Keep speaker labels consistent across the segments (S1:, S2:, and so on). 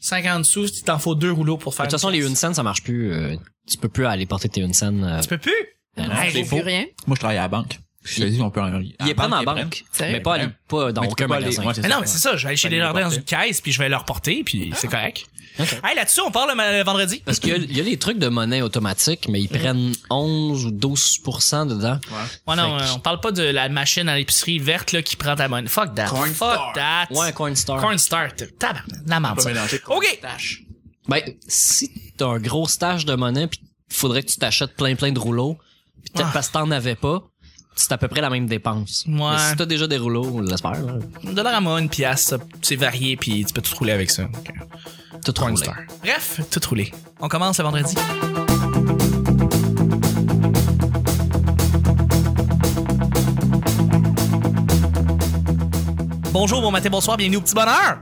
S1: 50 sous, il t'en faut deux rouleaux pour
S2: De
S1: faire.
S2: toute façon,
S1: une
S2: les
S1: pièce.
S2: une scène, ça marche plus. euh, tu peux plus aller porter tes une scène. euh,
S1: Tu peux plus?
S2: ben non.
S1: Hey,
S3: je
S1: les
S3: plus rien.
S4: Moi, je travaille à la banque. Je te dis, on peut en Ils
S2: Ils les prennent en banque,
S3: Sérieux?
S2: mais pas, aller- pas dans
S4: Mais tu
S2: aucun
S4: peux pas aller-
S2: magasin.
S4: ouais, c'est
S1: Mais
S4: ça.
S1: non, mais c'est ça. Je vais aller chez
S4: Fallait
S1: les
S4: les
S1: dans
S4: porter.
S1: une caisse, puis je vais leur porter, puis c'est correct.
S2: Ah. Ok.
S1: Hey, là-dessus, on parle le ma- vendredi.
S2: Parce qu'il y a- il y, a les trucs de monnaie automatique, mais ils prennent 11 ou 12 dedans.
S1: Ouais, non,
S2: Fait que-
S1: euh, on parle pas de la machine à l'épicerie verte là, qui prend ta monnaie. Fuck that. Fuck
S4: Cornstar.
S1: that.
S2: Ouais, Coinstar.
S1: Cornstar. t'es- tabarnak, La merde.
S4: Pas
S1: ça.
S4: mélanger.
S1: Ok.
S4: Tâche.
S2: Ben, si t'as un gros stage de monnaie, puis faudrait que tu t'achètes plein plein de rouleaux, puis peut-être
S1: Ah.
S2: parce que t'en avais pas, c'est à peu près la même dépense.
S1: Ouais.
S2: Mais si t'as déjà des rouleaux, on l'espère. là.
S1: Un dollar à moi, une pièce, ça, c'est varié, puis tu peux tout rouler avec ça. Donc, euh,
S2: T'as trois roulés.
S1: Cornstar. Bref, tout roulé. On commence le vendredi. Bonjour, bon matin, bonsoir, bienvenue au Petit Bonheur.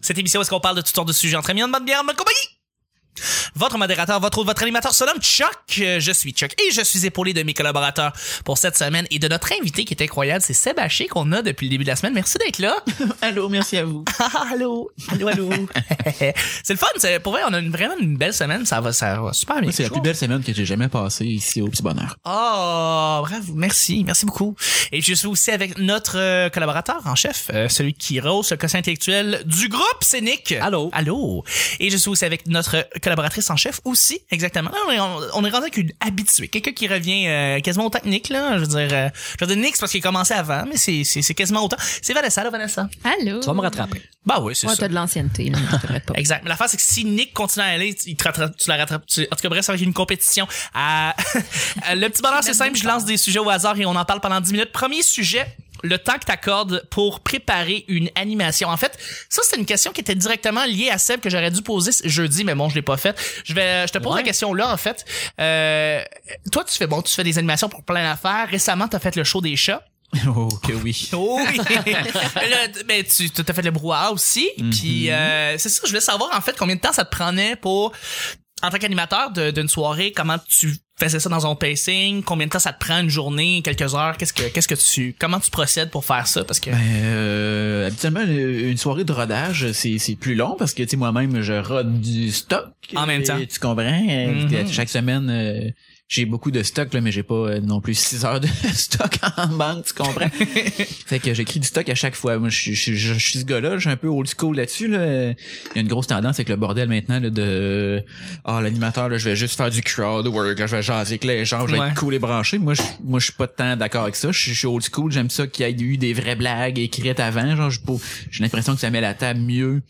S1: Cette émission, où est-ce qu'on parle de toutes sortes de sujets entre amis, en bonne bière, en bonne compagnie? Votre modérateur, votre hôte, votre animateur se nomme Chuck. Euh, Je suis Chuck et je suis épaulé de mes collaborateurs pour cette semaine et de notre invité qui est incroyable, c'est Seb Haché qu'on a depuis le début de la semaine. Merci d'être là.
S3: Allô, merci à vous.
S1: Ah, allô, allô, allô. c'est le fun, c'est pour vrai, on a une, vraiment une belle semaine, ça va, ça va super bien.
S4: Moi, C'est la plus belle semaine que j'ai jamais passée ici au Petit Bonheur.
S1: Oh, bravo, merci, merci beaucoup. Et je suis aussi avec notre euh, collaborateur en chef, euh, celui qui rose le quotient intellectuel du groupe, c'est Nick.
S2: Allô.
S1: Allô. Et je suis aussi avec notre collaboratrice en chef aussi, exactement. Là, on, est, on, on est rendu avec une habituée, quelqu'un qui revient euh, quasiment autant que Nick, là. Je veux dire, euh, je veux dire Nick, c'est parce qu'il a commencé avant, mais c'est, c'est, c'est quasiment autant. C'est Vanessa, là, Vanessa.
S3: Allô.
S2: Tu vas me rattraper.
S1: Bah oui, c'est
S3: Moi,
S1: ça.
S3: t'as de l'ancienneté, là. Je te rate pas.
S1: Exact. Mais l'affaire, c'est que si Nick continue à aller, il te rattrape- tu la rattrapes. tu- En tout cas, bref, ça va être une compétition. À... le petit bonheur, c'est simple. Je lance des sujets au hasard et on en parle pendant 10 minutes. Premier sujet. Le temps que t'accordes pour préparer une animation. En fait, ça c'est une question qui était directement liée à Seb que j'aurais dû poser ce jeudi, mais bon, je l'ai pas faite. Je vais, je te pose
S2: Ouais.
S1: la question là en fait. Euh, toi, tu fais bon, tu fais des animations pour plein d'affaires. Récemment, t'as fait le show des chats.
S4: Oh, que oui.
S1: Oh oui. Là, t- mais tu as fait le brouhaha aussi.
S4: Mhm.
S1: Puis euh, c'est ça, je voulais savoir en fait combien de temps ça te prenait pour, en tant qu'animateur de- d'une soirée, comment tu faisais ça dans ton pacing, combien de temps ça te prend une journée, quelques heures, qu'est-ce que qu'est-ce que tu, comment tu procèdes pour faire ça, parce que.
S4: Ben, euh, habituellement, une soirée de rodage, c'est c'est plus long parce que, tu sais, moi-même, je rode du stock.
S1: En même
S4: Et
S1: temps.
S4: Tu comprends? Euh,
S1: Mhm.
S4: Chaque semaine, euh, j'ai beaucoup de stock, là, mais j'ai pas euh, non plus 6 heures de stock en banque, tu comprends? fait que j'écris du stock à chaque fois. Moi, je suis- je suis je suis ce gars-là, je suis un peu old school là-dessus. Là. Il y a une grosse tendance avec le bordel maintenant là, de... Ah, l'animateur, là, je vais juste faire du crowd work, là, je vais jaser avec les gens, je vais
S1: Ouais.
S4: être cool et branché. Moi, je, moi, je suis pas tant d'accord avec ça. Je, suis- je suis old school, j'aime ça qu'il y ait eu des vraies blagues écrites avant. Genre, je- pour- j'ai l'impression que ça met la table mieux.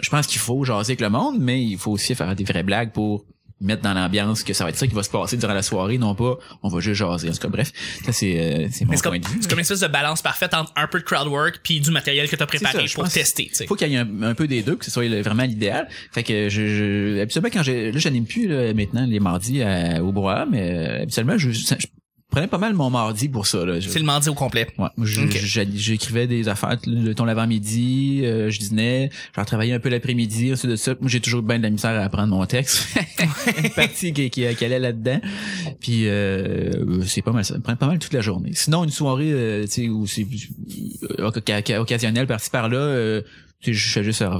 S4: Je pense qu'il faut jaser avec le monde, mais il faut aussi faire des vraies blagues pour mettre dans l'ambiance que ça va être ça qui va se passer durant la soirée, non pas on va juste jaser. En tout cas, bref, ça c'est euh, c'est mon
S1: Mais c'est
S4: point
S1: comme,
S4: de vue.
S1: c'est comme une espèce de balance parfaite entre un peu de crowd work puis du matériel que t'as
S4: C'est ça,
S1: préparé
S4: je
S1: pour
S4: pense.
S1: tester. tu sais.
S4: faut qu'il y ait un, un peu des deux, que ce soit le- vraiment l'idéal. Fait que je, je habituellement quand j'ai là j'anime plus là, maintenant les mardis à- au bois, mais euh, habituellement je, je- je prenais pas mal mon mardi pour ça là. Je-
S1: C'est le mardi au complet.
S4: Ouais, moi, je-
S1: Ok.
S4: je- j'écrivais des affaires le ton l'avant-midi, euh, je dînais, je travaillais un peu l'après-midi, ensuite de ça, moi j'ai toujours bien de la misère à apprendre mon texte. Une partie qui, qui, qui allait là-dedans. Puis euh, c'est pas mal ça, me prend pas mal toute la journée. Sinon une soirée euh, tu sais où c'est euh, oca- oca- occasionnel par-ci par-là, euh, tu sais, je fais juste à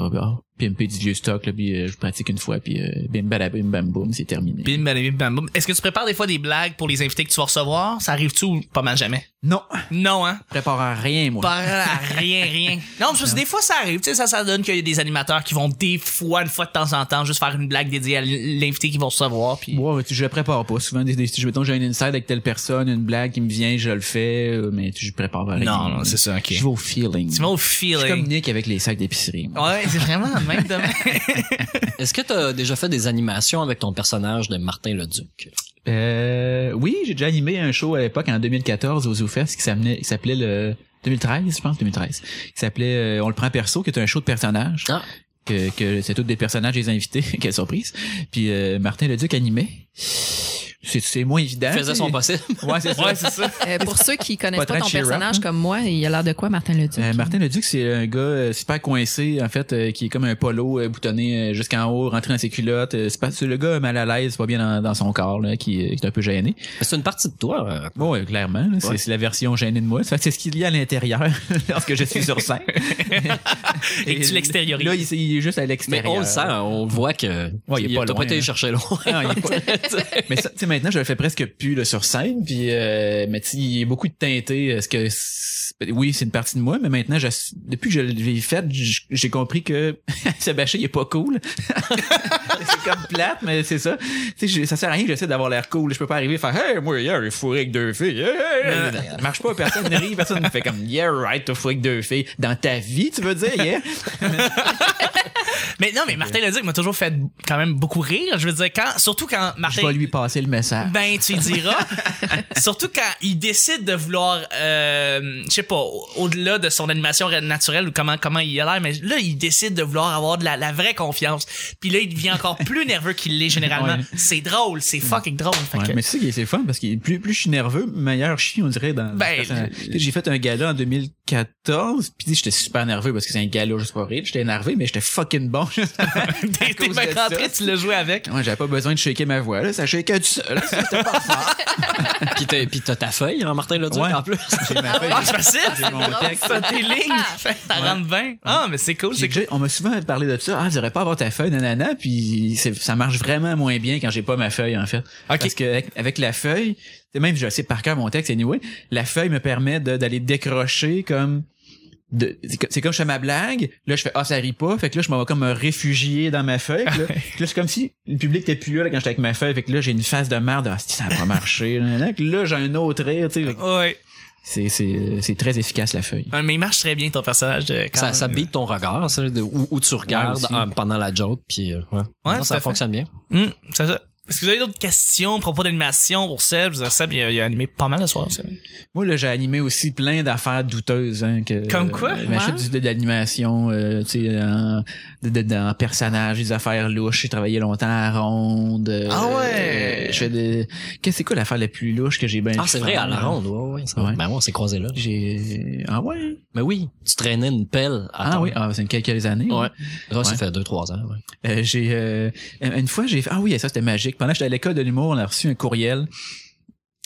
S4: pimper du vieux stock là, puis euh, je pratique une fois puis euh, bim bim bam boum, c'est terminé.
S1: Bim, bam, bim, bam, boum. Est-ce que tu prépares des fois des blagues pour les invités que tu vas recevoir? Ça arrive-tu ou pas mal jamais?
S4: Non,
S1: Non, hein?
S4: je prépare à rien moi.
S1: Par rien, rien. Non, parce que des fois, ça arrive. Tu sais, ça, ça donne qu'il y a des animateurs qui vont des fois, une fois de temps en temps, juste faire une blague dédiée à l'invité qu'ils vont recevoir. Puis...
S4: Ouais, mais tu- je le prépare pas. Souvent, des, des, si mettons, j'ai un inside avec telle personne, une blague qui me vient, je le fais, euh, mais tu- je prépare pas.
S1: Non, non, c'est ça, ok.
S4: Je vais au feeling.
S1: Tu vas au
S4: Je suis comme
S1: feeling.
S4: Nick avec les sacs d'épicerie. moi.
S1: Ouais, c'est vraiment le même domaine.
S2: Est-ce que t'as déjà fait des animations avec ton personnage de Martin Leduc?
S4: Euh, oui, j'ai déjà animé un show à l'époque, en 2014, au ZooFest, qui s'amenait- qui s'appelait le... 2013, je pense, 2013. Qui s'appelait euh, On le prend perso, qui est un show de personnages.
S2: Ah.
S4: Que, que c'est tous des personnages des invités. Quelle surprise. Puis euh, Martin Leduc animait. c'est- c'est moins évident.
S2: faisait son
S4: tu sais.
S2: possible.
S4: Ouais, c'est ça.
S1: Ouais, c'est ça.
S3: Euh, pour ceux qui connaissent
S4: Pas
S3: pas,
S4: de
S3: ton
S4: Ed Sheeran,
S3: personnage
S4: hein?
S3: comme moi, il a l'air de quoi, Martin Leduc?
S4: Euh, Martin Leduc, c'est un gars euh, super coincé, en fait, euh, qui est comme un polo euh, boutonné euh, jusqu'en haut, rentré dans ses culottes. Euh, c'est, pas, c'est le gars mal à l'aise, pas bien dans, dans son corps, là, qui, euh, qui est un peu gêné.
S2: C'est une partie de toi. euh,
S4: Bon, ouais, clairement, là, c'est,
S2: Ouais.
S4: c'est la version gênée de moi. Ça fait que C'est ce qu'il y a à l'intérieur lorsque je suis sur scène.
S1: Et que tu l'extériorises.
S4: Là, il, c'est- il est juste à
S2: Mais
S4: l'extérieur.
S2: on le sent, on voit que.
S4: Ouais, il est pas
S2: t'as
S4: loin,
S2: été
S4: hein.
S2: chercher loin.
S4: Non, il est pas- mais ça, tu sais, maintenant, je le fais presque plus là, sur scène. Puis, euh, mais tu sais, il y a beaucoup de teinté. Est-ce que c'est- oui, c'est une partie de moi, mais maintenant, j'ass- depuis que je l'ai faite, j- j'ai compris que se bâcher, il est pas cool. c'est comme plate, mais c'est ça. Tu sais, je- ça sert à rien que j'essaie d'avoir l'air cool. Je peux pas arriver et faire Hey, moi, hier, j'ai fourré avec deux filles. Hey, hey, hey. Ça marche pas, personne ne rit, personne ne fait comme Yeah, right, t'as fourré avec deux filles. Dans ta vie, tu veux dire, yeah?
S1: Mais non, mais Martin Leduc m'a toujours fait quand même beaucoup rire. Je veux dire, quand, surtout quand
S4: Je
S1: Martin.
S4: vais lui passer le message.
S1: Ben, tu y diras. Surtout quand il décide de vouloir, euh, je sais pas, au- au-delà de son animation naturelle ou comment, comment il a l'air, mais là, il décide de vouloir avoir de la, la vraie confiance. Puis là, il devient encore plus nerveux qu'il l'est généralement.
S4: Ouais.
S1: C'est drôle, c'est fucking drôle. Fait
S4: Ouais,
S1: que-
S4: mais c'est ça qui est- c'est fun parce que plus, plus je suis nerveux, meilleur je suis, on dirait. Dans,
S1: Ben,
S4: dans- j'ai fait un gala en 2014, puis j'étais super nerveux parce que c'est un gala, juste pas rire. J'étais énervé, mais j'étais fucking bon.
S1: T'es t'es
S4: cause
S1: bien
S4: de ça.
S1: rentré, tu l'as joué avec.
S4: ouais, j'avais pas besoin de shaker ma voix, là. Ça shakeait du seul. C'était pas fort.
S2: Puis t'as- puis t'as ta feuille, hein, Martin Leduc,
S4: Ouais.
S2: en plus.
S4: J'ai ma feuille.
S1: Ah, c'est facile.
S4: J'ai mon texte.
S1: Ça, tes lignes. Fait que Ça
S4: Ouais.
S1: rentre bien. Ah, mais c'est cool,
S4: J'ai
S1: c'est cool.
S4: déjà- on m'a souvent parlé de ça. Ah, j'aurais pas avoir ta feuille, nanana. Puis c'est- ça marche vraiment moins bien quand j'ai pas ma feuille, en fait.
S1: Ok.
S4: Parce que avec, avec la feuille, tu sais, même je sais par cœur mon texte, anyway, la feuille me permet de- d'aller décrocher comme de- c'est co- c'est comme je fais ma blague, là je fais ah ça rit pas, fait que là je m'en vais comme me réfugier dans ma feuille, puis là, puis là, c'est comme si le public était plus là, là, quand j'étais avec ma feuille, fait que là j'ai une face de merde, ah, si, ça va pas marcher, nanana. Puis là j'ai un autre rire, tu sais, fait que
S1: Ouais.
S4: c'est c'est c'est très efficace la feuille.
S1: Ouais, Mais il marche très bien, ton personnage. euh, Quand
S2: Ça, ça bite ton regard, ça, de où, où tu regardes
S4: aussi.
S2: en- pendant la joke, puis euh, ouais. Non,
S1: tout à
S2: ça
S1: fait.
S2: fonctionne bien.
S1: Hum, c'est ça. Est-ce que vous avez d'autres questions à propos d'animation pour Seb? Je veux dire, Seb, il a, il a animé pas mal le soir. ça.
S4: Moi, là, j'ai animé aussi plein d'affaires douteuses. Hein, que,
S1: Comme quoi?
S4: Euh, mais je fais
S3: Ouais.
S4: du- de l'animation, euh, tu sais, en, de, de- dans personnage, des affaires louches. J'ai travaillé longtemps à Ronde. euh,
S1: Ah ouais?
S4: euh, je fais des... Qu'est-ce c'est quoi l'affaire la plus louche que j'ai bien
S2: Ah, c'est vrai, à la ronde, ouais, ouais. ça va.
S4: Ouais.
S2: Ben ouais, on s'est croisés là.
S4: J'ai... Ah ouais?
S2: Mais oui, tu traînais une pelle à
S4: Ah
S2: ton-
S4: oui, ah, c'est quelques années.
S2: Ouais. Ah, ça
S4: Ouais.
S2: fait deux, trois ans, ouais.
S4: Euh, j'ai euh, une fois j'ai fait ah oui ça c'était magique pendant que j'étais à l'école de l'humour on a reçu un courriel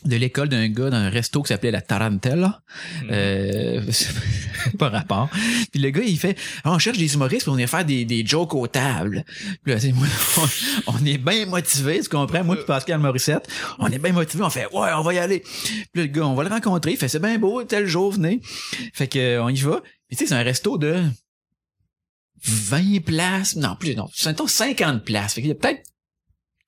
S4: de l'école d'un gars d'un resto qui s'appelait la Tarantella euh, pas rapport puis le gars il fait Ah, on cherche des humoristes pour venir faire des, des jokes aux tables puis là c'est moi on, on est bien motivé tu comprends moi puis Pascal Morissette on est bien motivé on fait ouais on va y aller puis là, le gars on va le rencontrer il fait c'est bien beau tel jour venez fait que euh, on y va puis tu sais c'est un resto de 20 places, non, plus, non, mettons 50 places. Fait qu'il y a peut-être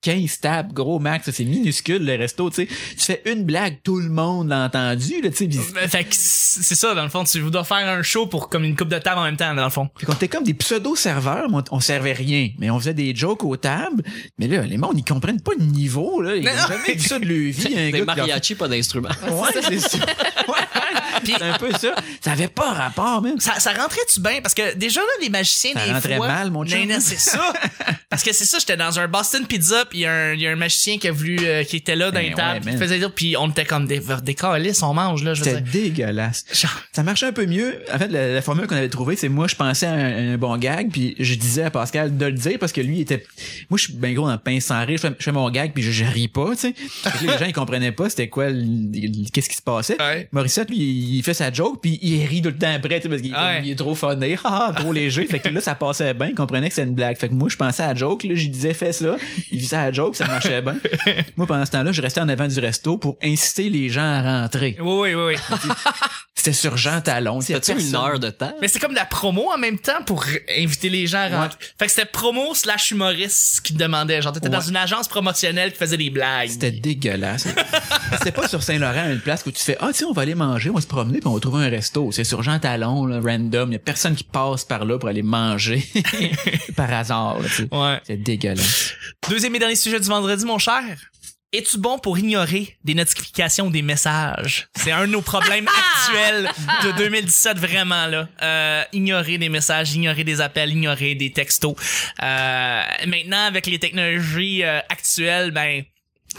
S4: 15 tables, gros max, c'est minuscule le resto, tu sais. Tu fais une blague, tout le monde l'a entendu, là, tu sais. pis-
S1: Ben, Fait que c'est ça, dans le fond. Tu vous dois faire un show pour comme une coupe de table en même temps, dans le fond.
S4: Fait qu'on était comme des pseudo-serveurs, mais on, on servait rien. Mais on faisait des jokes aux tables. Mais là, les gens, ils comprennent pas le niveau, là. Ils
S1: Non,
S4: ont
S1: non.
S4: jamais vu ça de leur vie, un
S2: Des
S4: gars. qui leur fait-
S2: mariachis, pas d'instruments.
S4: Ouais, c'est ça. Ouais. Pis c'est un peu ça. Ça avait pas rapport, même.
S1: Ça, ça rentrait-tu bien? Parce que déjà, là, les magiciens,
S4: Ça
S1: des
S4: rentrait
S1: fois-
S4: mal, mon chum.
S1: Non, non, c'est ça. Parce que c'est ça, j'étais dans un Boston Pizza, puis il y, a un- il y a un magicien qui a voulu, euh, qui était là dans
S4: Ben
S1: les tables,
S4: ouais,
S1: qui
S4: man.
S1: faisait dire, puis on était comme des, des câlisses, on mange, là, je veux
S4: C'était
S1: dire.
S4: dégueulasse.
S1: Genre,
S4: Ça marchait un peu mieux. En fait, la, la formule qu'on avait trouvée, c'est moi, je pensais à un, un bon gag, puis je disais à Pascal de le dire parce que lui il était. Moi, je suis bien gros dans le pain sans rire. Je fais, je fais mon gag, puis je, je ris pas, tu sais. Fait que là, les gens, ils comprenaient pas c'était quoi, le- le- qu'est-ce qui se passait.
S1: Ouais.
S4: Morissette, lui, il, il fait sa joke, puis il rit tout le temps après, tu sais, parce qu'il
S1: Ouais.
S4: il est trop funné, ah, ah, trop léger. Fait que là, ça passait bien, il comprenait que c'était une blague. Fait que moi, je pensais à la joke, là, je lui disais, fais ça. Il faisait la joke, ça marchait bien. moi, pendant ce temps-là, je restais en avant du resto pour inciter les gens à rentrer.
S1: Oui, oui, oui. oui.
S4: C'était sur Jean Talon. tu sais,
S2: T'as-tu une
S4: personne-
S2: heure de temps?
S1: Mais c'est comme de la promo en même temps pour inviter les gens à rentrer. Fait que c'était promo slash humoriste qui te demandait. Genre, t'étais dans
S4: Ouais.
S1: une agence promotionnelle qui faisait des blagues.
S4: C'était dégueulasse. C'était pas sur Saint-Laurent, une place où tu fais Ah, tiens, on va aller manger, on va se promener, puis on va trouver un resto. C'est sur Jean Talon, là, random. Il y a personne qui passe par là pour aller manger par hasard. là, tu sais.
S1: Ouais.
S4: C'est dégueulasse.
S1: Deuxième et dernier sujet du vendredi, mon cher. Es-tu bon pour ignorer des notifications ou des messages? C'est un de nos problèmes actuels de 2017, vraiment, là. Euh, ignorer des messages, ignorer des appels, ignorer des textos. Euh, maintenant, avec les technologies euh, actuelles, ben,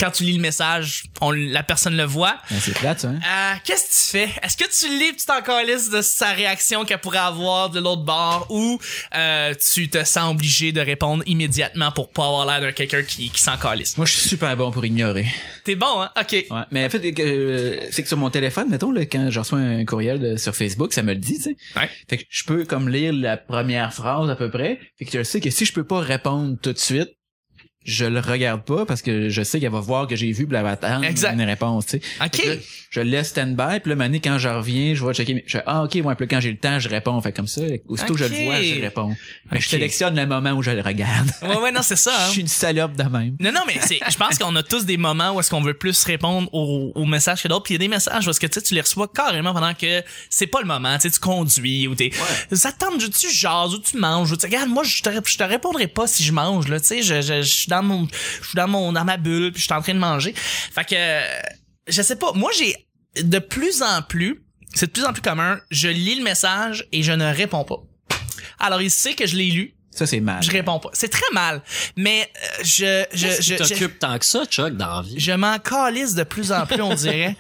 S1: quand tu lis le message, on, la personne le voit.
S4: Ben, c'est plate, ça, hein?
S1: Euh, Qu'est-ce que tu fais? Est-ce que tu lis pis t'es encore liste de sa réaction qu'elle pourrait avoir de l'autre bord ou euh, tu te sens obligé de répondre immédiatement pour pas avoir l'air d'un quelqu'un qui, qui s'en calisse?
S4: Moi, je suis super bon pour ignorer.
S1: T'es bon, hein? OK.
S4: Ouais. Mais en fait, euh, c'est que sur mon téléphone, mettons, là, quand je reçois un courriel de- sur Facebook, ça me le dit, tu sais.
S1: Ouais.
S4: Fait que je peux comme lire la première phrase à peu près. Fait que je sais que si je peux pas répondre tout de suite, je le regarde pas parce que je sais qu'elle va voir que j'ai vu puis elle va attendre
S1: Exact.
S4: une réponse, tu sais.
S1: OK.
S4: Fait que là, Je le laisse stand-by, puis là, mané, quand je reviens, je vais checker. mes- Je fais, ah, ok, ouais, puis là, quand j'ai le temps, je réponds. Fait comme ça, aussitôt que je
S1: Ok.
S4: le vois, je réponds. Mais je
S1: Ok.
S4: sélectionne le moment où je le regarde.
S1: Ouais, ouais, non, c'est ça. hein.
S4: Je suis une salope de même.
S1: Non, non, mais c'est, je pense qu'on a tous des moments où est-ce qu'on veut plus répondre aux, aux messages que d'autres. Puis il y a des messages où est-ce que tu sais, tu les reçois carrément pendant que c'est pas le moment. Tu sais, tu conduis ou t'es. Ça te tente, tu jases ou tu manges. Ou tu, regarde, moi, je te, je te répondrai pas si je mange. Là, tu sais, je, je, je suis dans mon, je suis dans mon, dans ma bulle puis je suis en train de manger. Fait que, euh, je sais pas. Moi, j'ai de plus en plus, c'est de plus en plus commun. Je lis le message et je ne réponds pas. Alors, il sait que je l'ai lu.
S4: Ça, c'est mal.
S1: Je réponds pas. C'est très mal, mais euh, je je
S2: Qu'est-ce
S1: je,
S2: qui
S1: je,
S2: t'occupe tant que ça, Chuck, dans la vie?
S1: je m'en calisse de plus en plus, on dirait.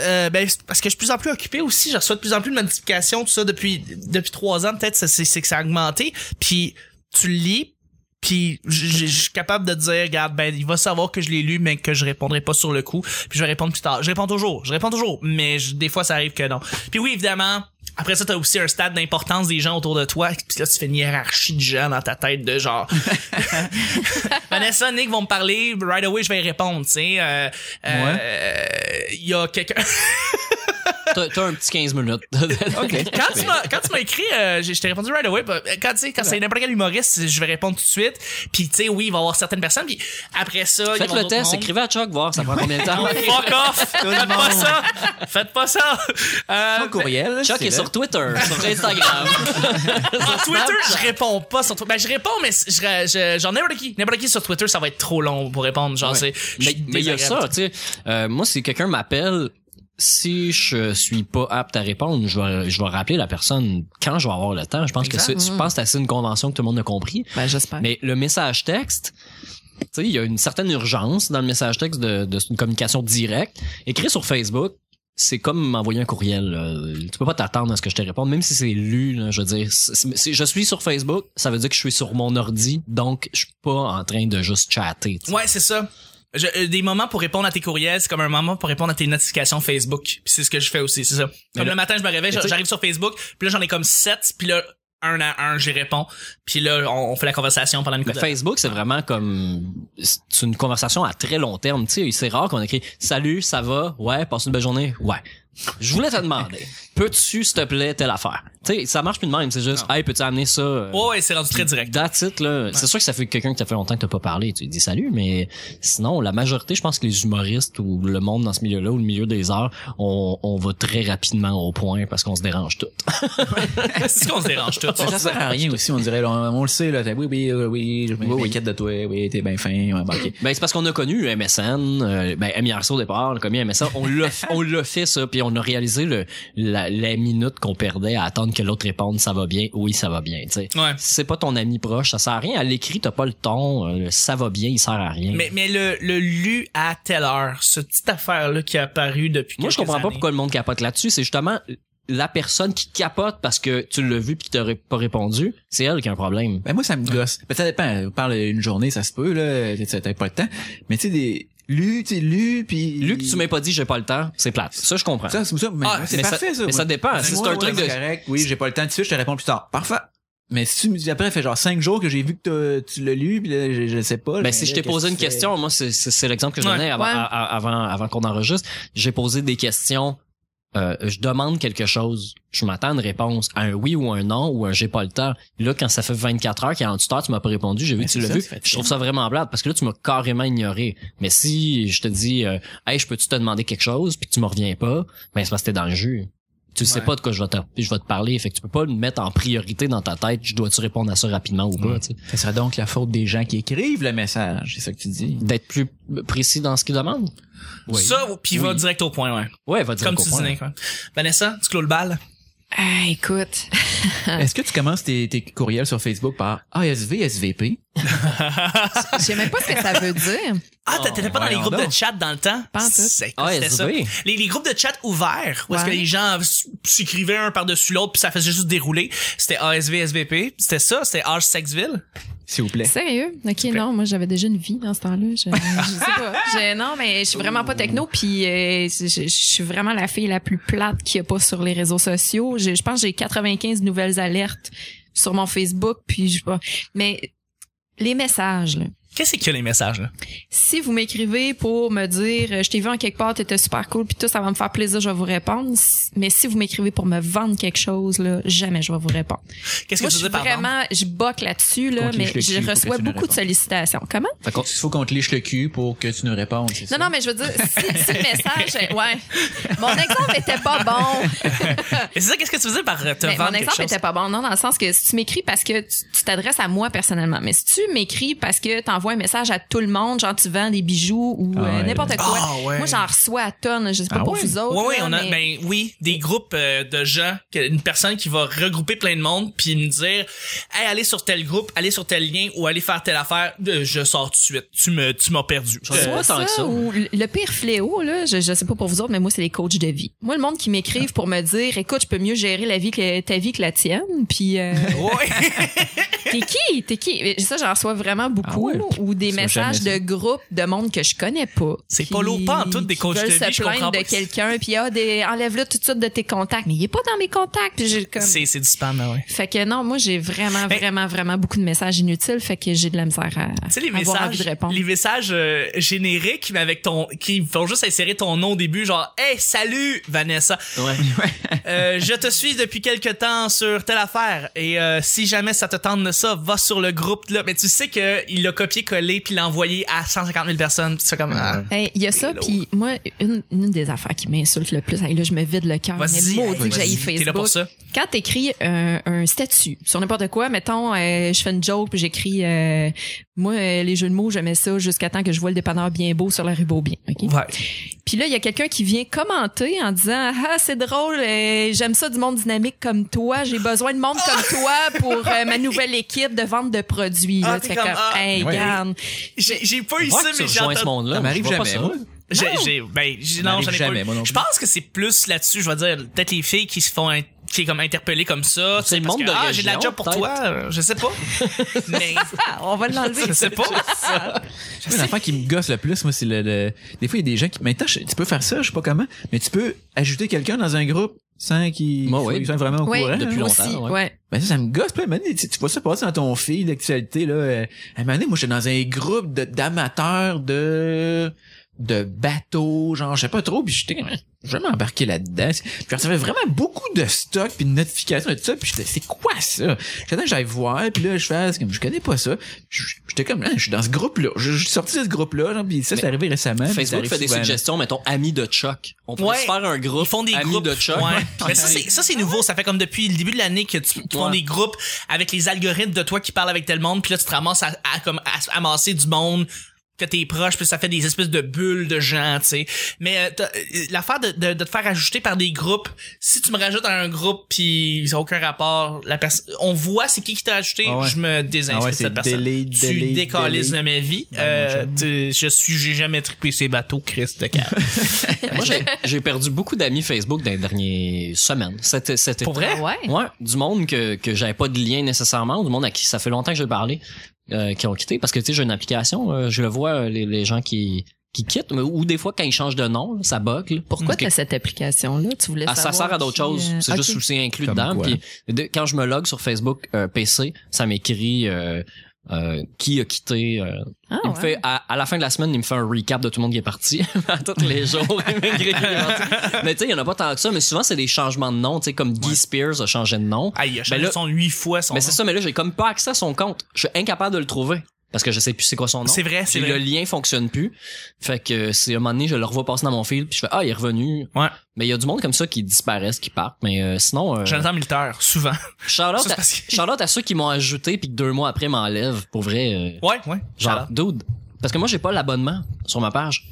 S1: Euh, ben c'est parce que je suis de plus en plus occupé aussi, je reçois de plus en plus de notifications tout ça depuis depuis trois ans peut-être, ça, c'est c'est que ça a augmenté. Puis tu le lis, puis je je- je suis capable de dire, regarde, ben il va savoir que je l'ai lu, mais que je répondrai pas sur le coup. Puis je vais répondre plus tard. Je réponds toujours, je réponds toujours, mais je- des fois ça arrive que non. Puis oui, évidemment. Après ça, t'as aussi un stade d'importance des gens autour de toi. Puis là, tu fais une hiérarchie de gens dans ta tête de genre. Vanessa, Nick vont me parler. Right away, je vais y répondre. Tu sais, Euh, euh, il y a quelqu'un.
S2: T'as t'as un petit 15 minutes.
S1: Quand tu m'as quand tu m'as écrit, euh, j'ai- je t'ai répondu right away. bah, Quand tu sais, quand c'est n'importe quel humoriste, je vais répondre tout de suite. Puis tu sais, oui, il va y avoir certaines personnes. Puis après ça, il va y
S2: Faites
S1: avoir
S2: le
S1: d'autres
S2: test,
S1: mondes.
S2: écrivez à Chuck, voir ça prend combien de temps.
S1: Fuck off! Faites pas ça! Faites pas ça! Euh,
S4: Pas courriel.
S2: Chuck
S4: c'est
S2: est
S4: là.
S2: sur Twitter, sur Instagram.
S1: sur Twitter, je réponds pas sur Twitter. Ben, je réponds, mais je, je- genre n'importe qui. N'importe qui sur Twitter, ça va être trop long pour répondre. Genre, c'est. je
S2: mais
S1: suis
S2: mais il y a
S1: désagréable.
S2: ça, tu sais. Euh, moi, si quelqu'un m'appelle, si je suis pas apte à répondre, je vais, je vais rappeler la personne quand je vais avoir le temps. Je pense que
S1: Exact.
S2: c'est, je pense que c'est assez une convention que tout le monde a compris.
S3: Ben, j'espère.
S2: Mais le message texte, tu sais, il y a une certaine urgence dans le message texte de, de une communication directe. Écrit sur Facebook, c'est comme m'envoyer un courriel. là. Tu peux pas t'attendre à ce que je te réponde, même si c'est lu. là, je veux dire, si si je suis sur Facebook, ça veut dire que je suis sur mon ordi, donc je suis pas en train de juste chatter. tu sais.
S1: Ouais, c'est ça. Je- euh, des moments pour répondre à tes courriels, c'est comme un moment pour répondre à tes notifications Facebook. Puis c'est ce que je fais aussi, c'est ça. Comme
S2: là-
S1: le matin, je me réveille,
S2: Mais tu-
S1: j'arrive sur Facebook, puis là j'en ai comme sept, puis là un à un, j'y réponds. Puis là, on, on fait la conversation pendant une
S2: Mais Facebook, c'est vraiment comme c'est une conversation à très long terme. Tu sais, c'est rare qu'on écrit Salut, ça va? Ouais, passe une belle journée? Ouais. Je voulais te demander, peux-tu, s'il te plaît, telle affaire? Tu sais, ça marche plus de même. C'est juste, hey, peux-tu amener ça? euh,
S1: Ouais, ouais, c'est rendu très direct.
S2: That's it, là. C'est sûr que ça fait quelqu'un que t'as fait longtemps que t'as pas parlé. Tu lui dis salut, mais sinon, la majorité, je pense que les humoristes ou le monde dans ce milieu-là ou le milieu des arts, on, on va très rapidement au point parce qu'on se dérange tout.
S1: c'est ce qu'on se dérange tout.
S4: Ça sert à rien aussi, on dirait. là, on, on le sait, là. t'as- Oui, oui, oui, oui, je
S2: Oui, oui.
S4: m'inquiète de toi. Oui, t'es bien fin. Ouais, bah, ok.
S2: Ben, c'est parce qu'on a connu MSN, euh, ben, MIRC au départ, on a connu MSN, on l'a, on l'a fait ça, puis on a réalisé le, la, la minute qu'on perdait à attendre que l'autre réponde ça va bien, oui, ça va bien, tu sais.
S1: Ouais.
S2: Si c'est pas ton ami proche, ça sert à rien. À l'écrit, t'as pas le ton, euh, le ça va bien, il sert à rien.
S1: Mais, mais le, le lu à telle heure, cette petite affaire-là qui est apparue depuis
S2: Moi, je
S1: quelques
S2: comprends pas
S1: années.
S2: pourquoi le monde capote là-dessus. C'est justement la personne qui capote parce que tu l'as vu puis qui t'aurait pas répondu. C'est elle qui a un problème.
S4: Ben moi ça me gosse. Ben ça dépend. On parle une journée, ça se peut là. t'as- T'as t'as pas le temps. Mais tu sais des lu, tu sais, lu puis.
S2: Luc, tu m'as pas dit j'ai pas le temps, c'est plate. Ça, je comprends.
S4: Ça c'est ça. Mais
S1: Ah,
S4: moi, c'est
S2: mais ça-
S4: parfait ça.
S2: mais ça dépend. Si c'est un truc de-
S4: correct. Oui, j'ai pas le temps tout de suite, je te réponds plus tard. Parfait. Mais si tu me dis après, ça fait genre cinq jours que j'ai vu que t'as- tu l'as lu, puis là, je, je sais pas.
S2: Ben, si je t'ai posé une question, moi, c'est- c'est c'est l'exemple que je
S1: Ouais.
S2: donnais avant,
S3: Ouais.
S2: à- à- avant, avant qu'on enregistre. J'ai posé des questions. euh, je demande quelque chose. Je m'attends à une réponse, à un oui ou un non, ou un j'ai pas le temps. Là, quand ça fait 24 heures, 48 heures, tu m'as pas répondu, j'ai vu
S4: Ben,
S2: que tu l'as
S4: c'est ça,
S2: vu.
S4: c'est fatigant.
S2: Je trouve ça vraiment plate parce que là, tu m'as carrément ignoré. Mais si je te dis, euh, hey, je peux-tu te demander quelque chose, puis que tu me reviens pas, ben, c'est parce que t'es dans le jus. Tu sais
S1: Ouais.
S2: pas de quoi je vais, te, je vais te parler. Fait que tu peux pas le mettre en priorité dans ta tête. Je dois-tu répondre à ça rapidement ou pas,
S4: Ouais.
S2: tu sais.
S4: Ça serait donc la faute des gens qui écrivent le message, c'est ça que tu dis.
S2: d'être plus précis dans ce qu'il demande.
S1: Ça, puis va
S2: Oui.
S1: direct au point, ouais.
S2: Ouais, va dire
S1: Comme
S2: qu'au
S1: tu
S2: point.
S1: disais, quoi. Vanessa, tu clôt le bal.
S3: Ah, écoute.
S4: Est-ce que tu commences tes, tes courriels sur Facebook par ASV, SVP?
S3: Je sais même pas ce que ça veut dire.
S1: Ah,
S2: Oh,
S1: t'étais pas dans les
S4: voyons
S1: groupes
S4: donc.
S1: de chat dans le temps?
S3: Pas en tout.
S1: C'est-
S2: Ah
S1: C'était ça.
S2: ASV.
S1: Les, les groupes de chat ouverts, où est-ce que
S3: Ouais.
S1: les gens s- s'écrivaient un par-dessus l'autre, puis ça faisait juste dérouler. C'était ASV, SVP. C'était ça, c'était H Sexville.
S4: S'il vous plaît.
S3: Sérieux? Ok, non, moi j'avais déjà une vie dans ce temps-là. Je, je sais pas. Je- non, mais je suis vraiment pas techno, puis euh, je, je- je suis vraiment la fille la plus plate qu'il y a pas sur les réseaux sociaux. Je, je pense que j'ai 95 nouvelles alertes sur mon Facebook, puis je sais pas. Mais les messages, là.
S1: Qu'est-ce que les messages, là?
S3: Si vous m'écrivez pour me dire euh, je t'ai vu en quelque part, t'étais super cool, puis tout ça va me faire plaisir, je vais vous répondre. S- Mais si vous m'écrivez pour me vendre quelque chose, là, jamais je vais vous répondre.
S1: Qu'est-ce que
S3: Moi,
S1: tu
S3: je suis
S1: disais par vendre?
S3: vraiment, je boque là-dessus là,
S4: Contre les
S3: mais
S4: cheveux cuits,
S3: je
S4: faut que
S3: reçois
S4: tu nous
S3: beaucoup
S4: répondes.
S3: de sollicitations. Comment
S4: Fait qu'on- il faut qu'on te liche le cul pour que tu nous répondes, c'est ça?
S3: Non, non, mais je veux dire, si, si le message, euh, ouais, mon exemple était pas bon.
S1: Et c'est ça, qu'est-ce que tu disais par euh, te
S3: Mais
S1: vendre
S3: Ben, mon
S1: quelque
S3: exemple
S1: chose?
S3: était pas bon, non, dans le sens que si tu m'écris parce que tu tu t'adresses à moi personnellement, mais si tu m'écris parce que t'envoies un message à tout le monde, genre tu vends des bijoux ou
S4: Ah
S3: euh,
S4: ouais.
S3: n'importe quoi.
S1: Ah ouais.
S3: Moi, j'en reçois à tonnes. Je sais pas
S4: Ah
S3: pour
S4: ouais.
S3: vous autres.
S1: Oui, oui,
S3: là,
S1: on a,
S3: mais-
S1: ben oui, des groupes euh, de gens, que- une personne qui va regrouper plein de monde puis me dire, hey, allez sur tel groupe, allez sur tel lien ou allez faire telle affaire, Euh, je sors tout de suite, tu me, tu m'as perdu.
S2: Euh,
S3: Soit
S2: pas tant
S3: ça,
S2: que ça,
S3: ou le- le pire fléau, là, je, je sais pas pour vous autres, mais moi, c'est les coachs de vie. Moi, le monde qui m'écrivent pour me dire, écoute, je peux mieux gérer la vie que ta vie que la tienne, puis euh,
S1: Ouais.
S3: t'es qui, t'es qui. Mais Ça, j'en reçois vraiment beaucoup,
S4: Ah ouais?
S3: ou des
S4: Ça,
S3: messages
S4: jamais
S3: de groupes de monde que je connais pas.
S1: C'est
S3: qui-
S1: pas lourd, pas en tout, des
S3: qui
S1: coachs de
S3: veulent
S1: vie, je
S3: se plaindre
S1: comprends pas.
S3: de quelqu'un, puis ah, des, enlève-le tout de suite de tes contacts, mais il est pas dans mes contacts. Puis j'ai comme.
S1: c'est, c'est du spam, ouais.
S3: Fait que non, moi j'ai vraiment,
S1: Ben-
S3: vraiment, vraiment beaucoup de messages inutiles, fait que j'ai de la misère à
S1: Tu sais, les
S3: avoir envie
S1: messages,
S3: de répondre.
S1: les messages euh, génériques, mais avec ton, qui font juste insérer ton nom au début, genre, hey, salut, Vanessa.
S2: Ouais.
S1: Euh, je te suis depuis quelque temps sur telle affaire. Et euh, si jamais ça te tente de ça, va sur le groupe là. Mais tu sais que il l'a copié-collé puis l'a envoyé à 150 000 personnes. Puis tu fais comme. ah.
S3: Hey, il y a ça,
S1: Hello.
S3: puis moi, une, une des affaires qui m'insulte le plus, hey, là, je me vide le cœur,
S1: Vas-y,
S3: mais maudit que
S1: vas-y,
S3: j'aille
S1: T'es là
S3: Facebook.
S1: pour ça.
S3: Quand t'écris un, un statut sur n'importe quoi, mettons, euh, je fais une joke, puis j'écris, euh, moi, euh, les jeux de mots, je mets ça jusqu'à temps que je vois le dépanneur bien beau sur la rue Beaubien, ok?
S1: Ouais.
S3: Puis là, il y a quelqu'un qui vient commenter en disant, ah, c'est drôle, euh, j'aime ça du monde dynamique comme toi, j'ai besoin de monde comme toi pour euh, ma nouvelle équipe de vente de produits.
S1: Ah,
S3: Là,
S1: t'es
S3: tu fais
S1: comme,
S3: comme,
S1: ah,
S3: hey,
S4: ouais.
S3: garde.
S1: J'ai, j'ai pas eu
S2: Voir
S1: ça,
S2: que tu
S1: mais j'ai
S2: rejoins ce
S1: entendu.
S2: monde-là.
S4: Ça m'arrive
S2: moi, je vois pas
S4: jamais,
S2: ça.
S4: moi.
S1: J'ai, j'ai, ben, j'ai, non,
S4: m'arrive
S1: j'en ai
S4: jamais,
S1: pas
S4: moi
S1: eu.
S4: non
S1: Je
S4: plus.
S1: pense que c'est plus là-dessus, je vais dire, peut-être les filles qui se font in- qui est comme interpellées comme ça. tu
S2: C'est
S1: sais,
S2: le
S1: parce
S2: monde
S1: que,
S2: de
S1: Ah, j'ai de la
S2: région,
S1: job pour toi. euh, Je sais pas. mais,
S3: Ah, on va l'enlever.
S1: je sais pas.
S4: Moi, L'affaire qui me gosse le plus, moi, c'est le, le- Des fois, il y a des gens qui. Maintenant, je- tu peux faire ça, je sais pas comment, mais tu peux ajouter quelqu'un dans un groupe sans qu'il
S2: Moi,
S4: faut-
S2: oui.
S4: qu'il soit vraiment au
S3: Oui,
S4: courant.
S2: Depuis
S4: hein.
S3: moi
S2: longtemps,
S3: aussi,
S2: ouais.
S3: ouais.
S4: Ben, ça, ça me gosse. Puis, à un moment donné, tu, tu vois ça passer dans ton fil d'actualité, là. euh, À un moment donné, moi, j'étais dans un groupe de- d'amateurs de de bateaux, genre, je sais pas trop, puis j'étais hein, comme, vraiment embarqué là-dedans. Puis je recevais vraiment beaucoup de stock, puis de notifications et tout ça, puis j'étais, c'est quoi ça? J'attends que j'aille voir, puis là, je fais, c'est comme, je connais pas ça. Je- J'étais comme, là, je suis dans ce groupe-là. Je je suis sorti de ce groupe-là, genre, puis ça, c'est
S2: Mais
S4: arrivé récemment. puis ça
S2: Facebook
S4: arrive
S2: fait des
S4: souvent, là.
S2: suggestions, mettons, amis de Chuck. On pourrait
S1: Ouais.
S2: se faire un groupe.
S1: Ils font des
S2: amis
S1: groupes
S2: de Chuck.
S1: Ouais. Mais ça, c'est, ça, c'est nouveau. Ça fait comme depuis le début de l'année que tu, tu font
S2: Ouais.
S1: des groupes avec les algorithmes de toi qui parles avec tel monde, puis là, tu te ramasses à, à comme, à amasser du monde que t'es proche, puis ça fait des espèces de bulles de gens, tu sais. Mais euh, t'as- euh, l'affaire de, de, de te faire ajouter par des groupes, si tu me rajoutes à un groupe, puis ils ont aucun rapport, la personne, on voit c'est qui qui t'a ajouté,
S4: Ah ouais.
S1: je me désinscris
S4: Ah ouais,
S1: de cette
S4: c'est
S1: personne.
S4: delete,
S1: tu
S4: delete,
S1: décalises de
S4: delete.
S1: ma vie. Euh, t'es- je suis, j'ai jamais trippé ces bateaux, Chris de cave.
S2: Moi, j'ai- j'ai perdu beaucoup d'amis Facebook dans les dernières semaines. C'était, c'était
S1: Pour vrai?
S3: Ah ouais.
S2: Ouais, du monde que, que j'avais pas de lien nécessairement, du monde à qui ça fait longtemps que j'ai parlé, euh, qui ont quitté, parce que tu sais, j'ai une application, euh, je le vois, euh, les, les gens qui, qui quittent, mais- ou des fois quand ils changent de nom, là, ça bug. là.
S3: Pourquoi
S2: Parce que-
S3: t'as cette application-là? Tu voulais
S2: ah, ça
S3: savoir
S2: sert à d'autres
S3: qui, euh,
S2: choses. C'est juste
S3: ok.
S2: où c'est inclus
S4: Comme
S2: dedans.
S4: quoi?
S2: Puis de- quand je me log sur Facebook euh, PC, ça m'écrit euh, euh, qui a quitté. euh.
S3: Ah,
S2: il me
S3: ouais.
S2: fait à, à la fin de la semaine, il me fait un recap de tout le monde qui est parti. à tous les jours. il m'écrit qui est parti. mais tu sais, il y en a pas tant que ça. Mais souvent, c'est des changements de nom. Tu sais, comme Guy Spears a changé de nom.
S1: Ah, il a changé
S2: Ben là-
S1: son huit fois son
S2: mais
S1: nom.
S2: c'est ça. Mais là, j'ai comme pas accès à son compte. Je suis incapable de le trouver parce que je sais plus c'est quoi son nom.
S1: C'est vrai, c'est
S2: Puis
S1: vrai.
S2: le lien fonctionne plus. Fait que c'est un moment donné, je le revois passer dans mon fil, puis je fais ah il est revenu.
S1: Ouais.
S2: Mais il y a du monde comme ça qui disparaissent, qui partent. Mais euh, sinon, euh,
S1: Jonathan Militaire, souvent.
S2: Charlotte,
S1: Ça, c'est parce que-
S2: à ceux qui m'ont ajouté puis que deux mois après m'enlèvent pour vrai. euh,
S1: Ouais, ouais.
S2: genre, dude, parce que moi j'ai pas l'abonnement sur ma page.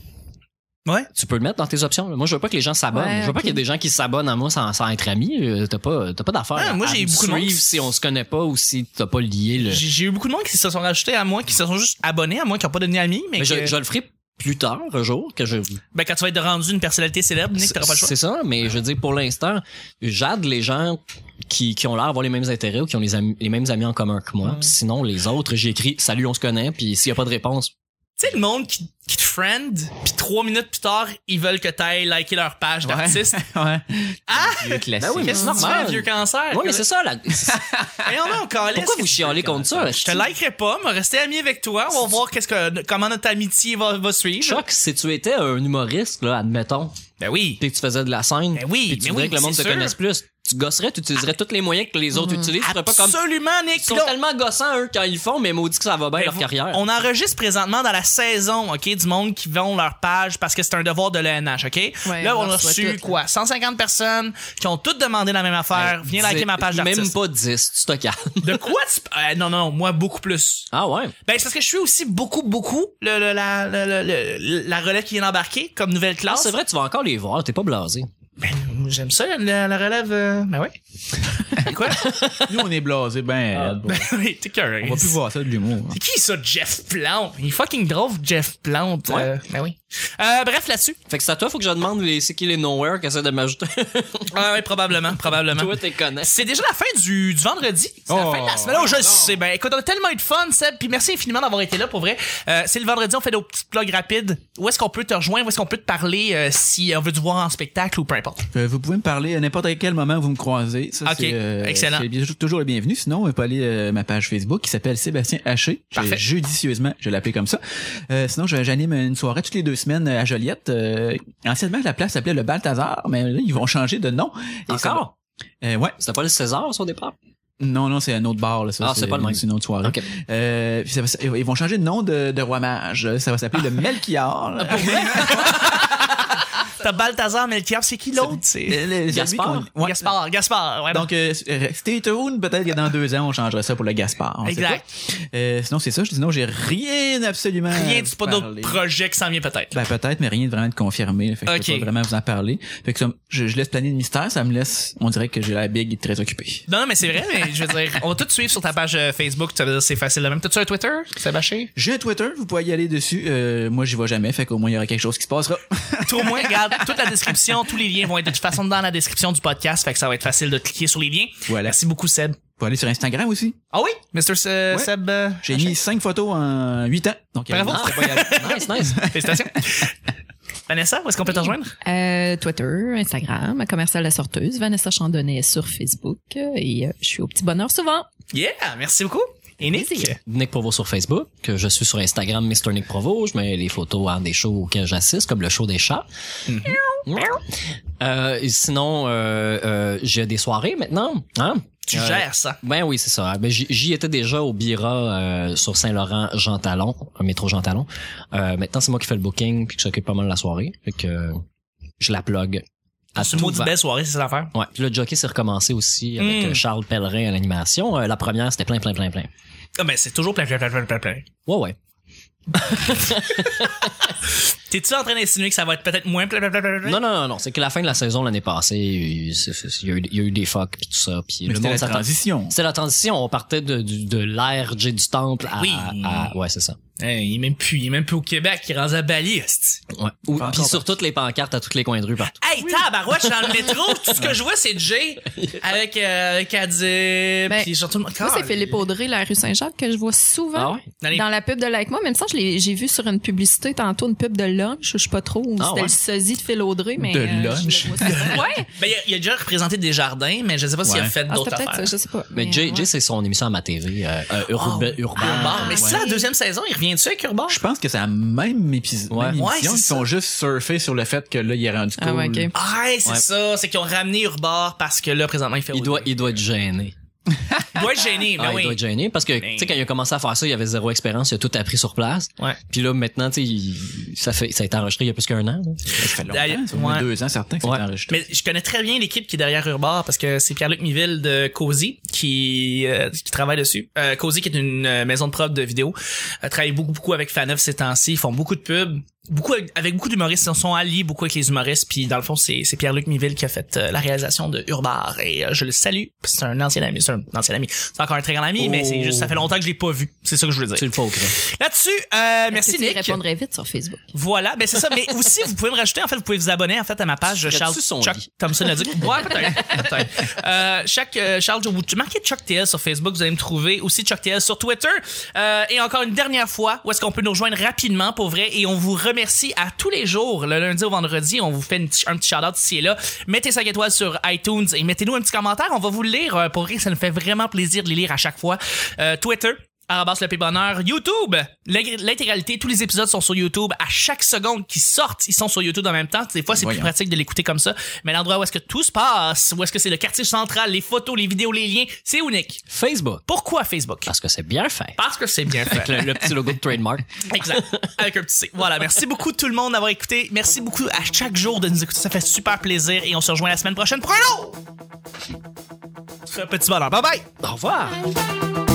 S1: Ouais.
S2: Tu peux le mettre dans tes options. là. Moi, je veux pas que les gens s'abonnent.
S3: Ouais,
S2: je veux pas
S3: ok.
S2: qu'il y ait des gens qui s'abonnent à moi sans, sans être amis. Euh, T'as pas, t'as pas d'affaire.
S1: Ah, moi,
S2: à
S1: j'ai
S2: me
S1: beaucoup de monde
S2: suivre
S1: qui-
S2: si on se connaît pas ou si t'as pas lié le.
S1: J'ai j'ai eu beaucoup de monde qui se sont rajoutés à moi, qui se sont juste abonnés à moi, qui n'ont pas devenu amis, mais,
S2: Mais
S1: que-
S2: je, je le ferai plus tard, un jour, que je.
S1: ben, quand tu vas être rendu une personnalité célèbre, Nick, t'auras pas le choix.
S2: C'est ça, mais je veux dire, pour l'instant, j'aide les gens qui, qui ont l'air d'avoir les mêmes intérêts ou qui ont les, ami- les mêmes amis en commun que moi.
S1: Ouais.
S2: Puis Sinon, les autres, j'écris salut, on se connaît, puis s'il y a pas de réponse,
S1: Tu sais, le monde qui, qui te friend, puis trois minutes plus tard, ils veulent que t'ailles liker leur page d'artiste.
S4: ouais.
S1: Ah!
S4: Le classique.
S2: Ben oui, mais
S1: Qu'est-ce que tu fais,
S2: normal.
S1: vieux cancer?
S2: Ouais, mais c'est ça. La...
S1: Voyons donc, calisse.
S2: Pourquoi vous chialez contre ça?
S1: Je te likerai pas, mais rester ami avec toi. On va voir qu'est-ce que, comment notre amitié va, va suivre.
S2: Choc, si tu étais un humoriste, là, admettons,
S1: Ben oui.
S2: puis que tu faisais de la scène,
S1: Ben oui,
S2: puis tu
S1: mais
S2: voudrais
S1: oui,
S2: que le monde
S1: c'est
S2: te
S1: sûr. Mm,
S2: connaisse plus, tu gosserais, tu utiliserais tous les moyens que les autres utilisent. Tu serais pas comme.
S1: Absolument, Nick.
S2: Ils sont
S1: Puis là,
S2: tellement gossants, eux, quand ils le font, mais maudit que ça va bien leur
S1: vous-
S2: carrière.
S1: Ben, On enregistre présentement dans la saison, OK, du monde qui vend leur page parce que c'est un devoir de l'ENH, OK?
S3: Ouais,
S1: là, on
S3: on
S1: a
S3: leur souhaite
S1: reçu
S3: tout,
S1: quoi? 150 personnes qui ont toutes demandé la même affaire. Viens
S2: Dis-
S1: liker ma page
S2: Même
S1: d'artiste.
S2: pas 10, tu te calmes.
S1: De quoi tu... Euh, non, non, non, moi, beaucoup plus.
S2: Ah ouais?
S1: Ben, c'est parce que je suis aussi beaucoup, beaucoup le, le- la, le- le- le- la relève qui vient d'embarquer comme nouvelle
S2: Ah,
S1: classe. Ben,
S2: c'est vrai, tu vas encore les voir, t'es pas blasé.
S1: J'aime ça, la, la relève. euh, Ben ouais. Et quoi?
S4: Nous, on est blasés. Ben,
S2: Ah,
S4: euh,
S1: ben oui, t'es curieux.
S4: on va plus voir ça de l'humour.
S1: C'est qui ça, Jeff Plante? Il est fucking drôle, Jeff Plante.
S2: Ouais.
S1: Euh, ben oui. Euh, bref, là-dessus.
S2: Fait que c'est à toi, faut que je demande les, c'est qui les Nowhere qui essaient de m'ajouter.
S1: Ah ouais, probablement, probablement.
S2: toi, t'es connais.
S1: C'est déjà la fin du, du vendredi. C'est la
S4: Oh.
S1: fin de la semaine. Oh, je le sais. Ben, écoute, on a tellement eu de fun, Seb. Puis merci infiniment d'avoir été là pour vrai. Euh, c'est le vendredi, on fait nos petits plugs rapides. Où est-ce qu'on peut te rejoindre? Où est-ce qu'on peut te parler euh, si on veut te voir en spectacle ou peu importe?
S4: Euh, vous pouvez me parler à n'importe quel moment où vous me croisez. Ça,
S1: Ok,
S4: c'est, euh,
S1: excellent.
S4: C'est bien- toujours le bienvenu. Sinon, vous pouvez aller euh, ma page Facebook qui s'appelle Sébastien Haché. J'ai
S1: Parfait.
S4: Judicieusement, je l'appelais comme ça. Euh, sinon, je- j'anime une soirée toutes les deux semaines à Joliette. Euh, anciennement, la place s'appelait le Balthazar, mais là, ils vont changer de nom. Et ça
S2: Encore?
S4: va- Euh, ouais.
S2: C'était pas le César, son départ?
S4: Non, non, c'est un autre bar. Là, ça.
S2: Ah, c'est pas le même.
S4: C'est une autre soirée.
S2: Ok.
S4: Euh, puis ça va s- ils vont changer de nom de, de roi mage. Ça va s'appeler
S2: Ah.
S4: le Melchior.
S1: T'as Balthazar Melchior, c'est qui l'autre? C'est
S4: Le- le-
S2: Gaspard?
S4: celui qu'on- ouais.
S1: Gaspard, Gaspard. Ouais,
S4: Donc, euh, restez tuned. Peut-être que dans deux ans, on changera ça pour le Gaspard. on sait
S1: Exact.
S4: pas. Euh, sinon, c'est ça. Je dis non, j'ai rien absolument. à
S1: rien
S4: vous
S1: du pas d'autres
S4: parler.
S1: projets qui s'en vient peut-être.
S4: Ben, peut-être, mais rien de vraiment de confirmé. Fait que je
S1: Ok.
S4: peux pas vraiment vous en parler. Fait que ça, je, je laisse planer le mystère. Ça me laisse, on dirait que j'ai la big et très occupée.
S1: Non, non, mais c'est vrai, mais je veux dire, on va tout suivre sur ta page euh, Facebook, ça veut dire c'est facile de même. T'as-tu un Twitter, Sébastien?
S4: J'ai un Twitter. Vous pouvez y aller dessus. Euh, moi, j'y vois jamais. Fait qu'au moins, il y aura quelque chose qui se passera.
S1: Tout au moins, regarde, toute la description, tous les liens vont être de toute façon dans la description du podcast, fait que ça va être facile de cliquer sur les liens.
S4: Voilà.
S1: Merci beaucoup, Seb.
S4: Vous pouvez aller sur Instagram aussi.
S1: Ah oui? Mr. Se-
S4: Ouais.
S1: Seb. euh,
S4: J'ai mis cinq photos en huit ans. Donc,
S1: Bravo.
S4: allez-y.
S2: nice, nice.
S1: Félicitations. Vanessa, où est-ce qu'on peut te rejoindre?
S3: Euh, Twitter, Instagram, commercial la sorteuse, Vanessa Chandonnet sur Facebook euh, et euh, je suis au petit bonheur souvent.
S1: Yeah, merci beaucoup. Et Nick?
S3: Plaisir.
S2: Nick Provo sur Facebook. que Je suis sur Instagram, Mr. Nick Provo. Je mets les photos hein, des shows auxquels j'assiste, comme le show des chats. Miaou. Euh, et sinon, euh, euh, j'ai des soirées maintenant. Hein?
S1: Tu
S2: Euh,
S1: gères ça.
S2: Ben oui, c'est ça. Ben, j'y- J'y étais déjà au Bira euh, sur Saint-Laurent, Jean Talon, un métro Jean Talon. Euh, maintenant, c'est moi qui fais le booking puis qui s'occupe pas mal de la soirée. Fait que euh, je la plug. À
S1: C'est
S2: tout
S1: une maudite
S2: va.
S1: belle soirée, c'est ça l'affaire.
S2: Ouais. Puis le jockey s'est recommencé aussi avec
S4: Hmm.
S1: Mm.
S2: euh, Charles Pellerin à l'animation. Euh, la première, c'était plein, plein, plein, plein.
S1: Ah, ben, c'est toujours plein, plein, plein, plein, plein, plein.
S2: Ouais, ouais.
S1: T'es-tu en train d'insinuer que ça va être peut-être moins plein, plein, plein, plein, plein?
S2: Non, non, non, non. C'est que la fin de la saison l'année passée, il c'est- c'est- il y, a eu- il y a eu des fucks puis tout ça. Puis
S4: Mais
S2: le
S4: c'était
S2: monde
S4: la
S2: s'attend-
S4: transition.
S2: C'était la transition. On partait de, du- de l'ère J du Temple à,
S1: Oui.
S2: à- ouais, c'est ça.
S1: Hey, il est même plus, il est même plus au Québec, il est rendu à Bali, hostie.
S2: Ouais. Ou-
S4: Pas
S2: Puis
S4: encore
S2: sur toutes les pancartes à tous les coins de rue partout.
S1: Hey, tabarouette, je suis dans le métro, tout ce que je vois, c'est Jay avec, euh, avec Adib,
S3: Ben,
S1: puis surtout...
S3: Moi, c'est Philippe Audrey, la rue Saint-Jacques, que je vois souvent.
S2: Ah ouais?
S1: Allez.
S3: Dans la pub de Like Moi, même ça, je l'ai- j'ai vu sur une publicité tantôt une pub de lunch, je sais pas trop, où
S2: Ah
S3: c'était
S2: ouais?
S3: le sosie de Phil Audrey, mais.
S4: De
S3: euh, je le
S4: lunch?
S3: vois souvent. ouais!
S1: Ben, il a, il a déjà représenté des jardins, mais je sais pas s'il a
S4: Ouais.
S1: fait
S3: Ah,
S1: d'autres
S3: c'était peut-être
S1: affaires.
S3: ça, je sais pas. euh,
S2: Mais Jay, Jay, c'est son émission à ma TV, euh, euh, urba- urbaine.
S1: Urban, Ah,
S4: Ah,
S1: mais c'est
S2: Ouais.
S1: ça, la deuxième saison, il revient-tu avec Urban?
S4: Je pense que c'est la même épisode.
S2: Ouais.
S4: même
S1: Ouais,
S4: émission.
S1: c'est
S4: Ils
S1: ça.
S4: sont juste surfés sur le fait que là, il est rendu
S3: Ah ouais,
S4: cool.
S3: ok.
S1: Ah, c'est
S2: Ouais.
S1: ça, c'est qu'ils ont ramené Urbar parce que là, présentement, il fait
S2: Il doit, il doit être gêné.
S1: il doit être gêné, mais
S2: Ah, il
S1: Eh oui. Ben
S2: doit être gêné parce que,
S1: Mais-
S2: tu sais, quand il a commencé à faire ça, il avait zéro expérience, il a tout appris sur place.
S1: Ouais.
S2: Puis là, maintenant, tu sais, il- ça fait, ça a été enregistré il y a plus qu'un an. là.
S4: Ça fait longtemps.
S1: D'ailleurs,
S4: Ça fait au moins
S1: ouais.
S4: deux ans, certains, que c'est
S2: Ouais.
S4: enregistré.
S1: Mais je connais très bien l'équipe qui est derrière Urbar parce que c'est Pierre-Luc Miville de Cozy qui euh, qui travaille dessus. Euh, Cozy qui est une euh, maison de prod de vidéo, euh, travaille beaucoup beaucoup avec Faneuf ces temps-ci, ils font beaucoup de pubs. beaucoup avec- avec beaucoup d'humoristes, ils sont alliés beaucoup avec les humoristes. Puis dans le fond, c'est c'est Pierre-Luc Miville qui a fait euh, la réalisation de Urbar et euh, je le salue. puis C'est un ancien ami, c'est un ancien ami. C'est encore un très grand ami, mais c'est juste ça fait longtemps que je l'ai pas vu. C'est ça que je voulais
S2: Tu
S1: dire.
S2: le fais au cran.
S1: Là-dessus, euh, merci
S3: Tu
S1: Nick.
S3: répondrais vite sur Facebook.
S1: Voilà, ben c'est ça. Mais aussi, vous pouvez me rajouter, en fait, vous pouvez vous abonner en fait à ma page
S2: Serais-tu
S1: Charles
S2: son
S1: Chuck
S2: lit?
S1: Thompson a dit. Ouais, peut-être. peut-être. Euh, chaque euh, Charles Joe Wood- Marquez Chuck TL sur Facebook, vous allez me trouver. Aussi Chuck TL sur Twitter. Euh, et encore une dernière fois, où est-ce qu'on peut nous rejoindre rapidement pour vrai? Et on vous remercie à tous les jours, le lundi au vendredi. On vous fait une petite- un petit shout-out ici et là. Mettez 5 étoiles sur iTunes et mettez-nous un petit commentaire. On va vous le lire. euh, Pour vrai, ça nous fait vraiment plaisir de les lire à chaque fois. Euh, Twitter arrobas le Pays bonheur YouTube L'ing- l'intégralité tous les épisodes sont sur YouTube à chaque seconde qui sortent ils sont sur YouTube en même temps des fois c'est plus
S4: Voyons.
S1: pratique de l'écouter comme ça mais l'endroit où est-ce que tout se passe où est-ce que c'est le quartier central les photos les vidéos les liens c'est unique
S2: Facebook.
S1: pourquoi Facebook
S2: Parce que c'est bien fait.
S1: parce que c'est bien fait
S2: Le, le petit logo de trademark.
S1: exact avec un petit C voilà merci beaucoup tout le monde d'avoir écouté merci beaucoup à chaque jour de nous écouter ça fait super plaisir et on se rejoint la semaine prochaine pour un autre petit bonheur bye bye
S2: Au revoir.
S5: Bye.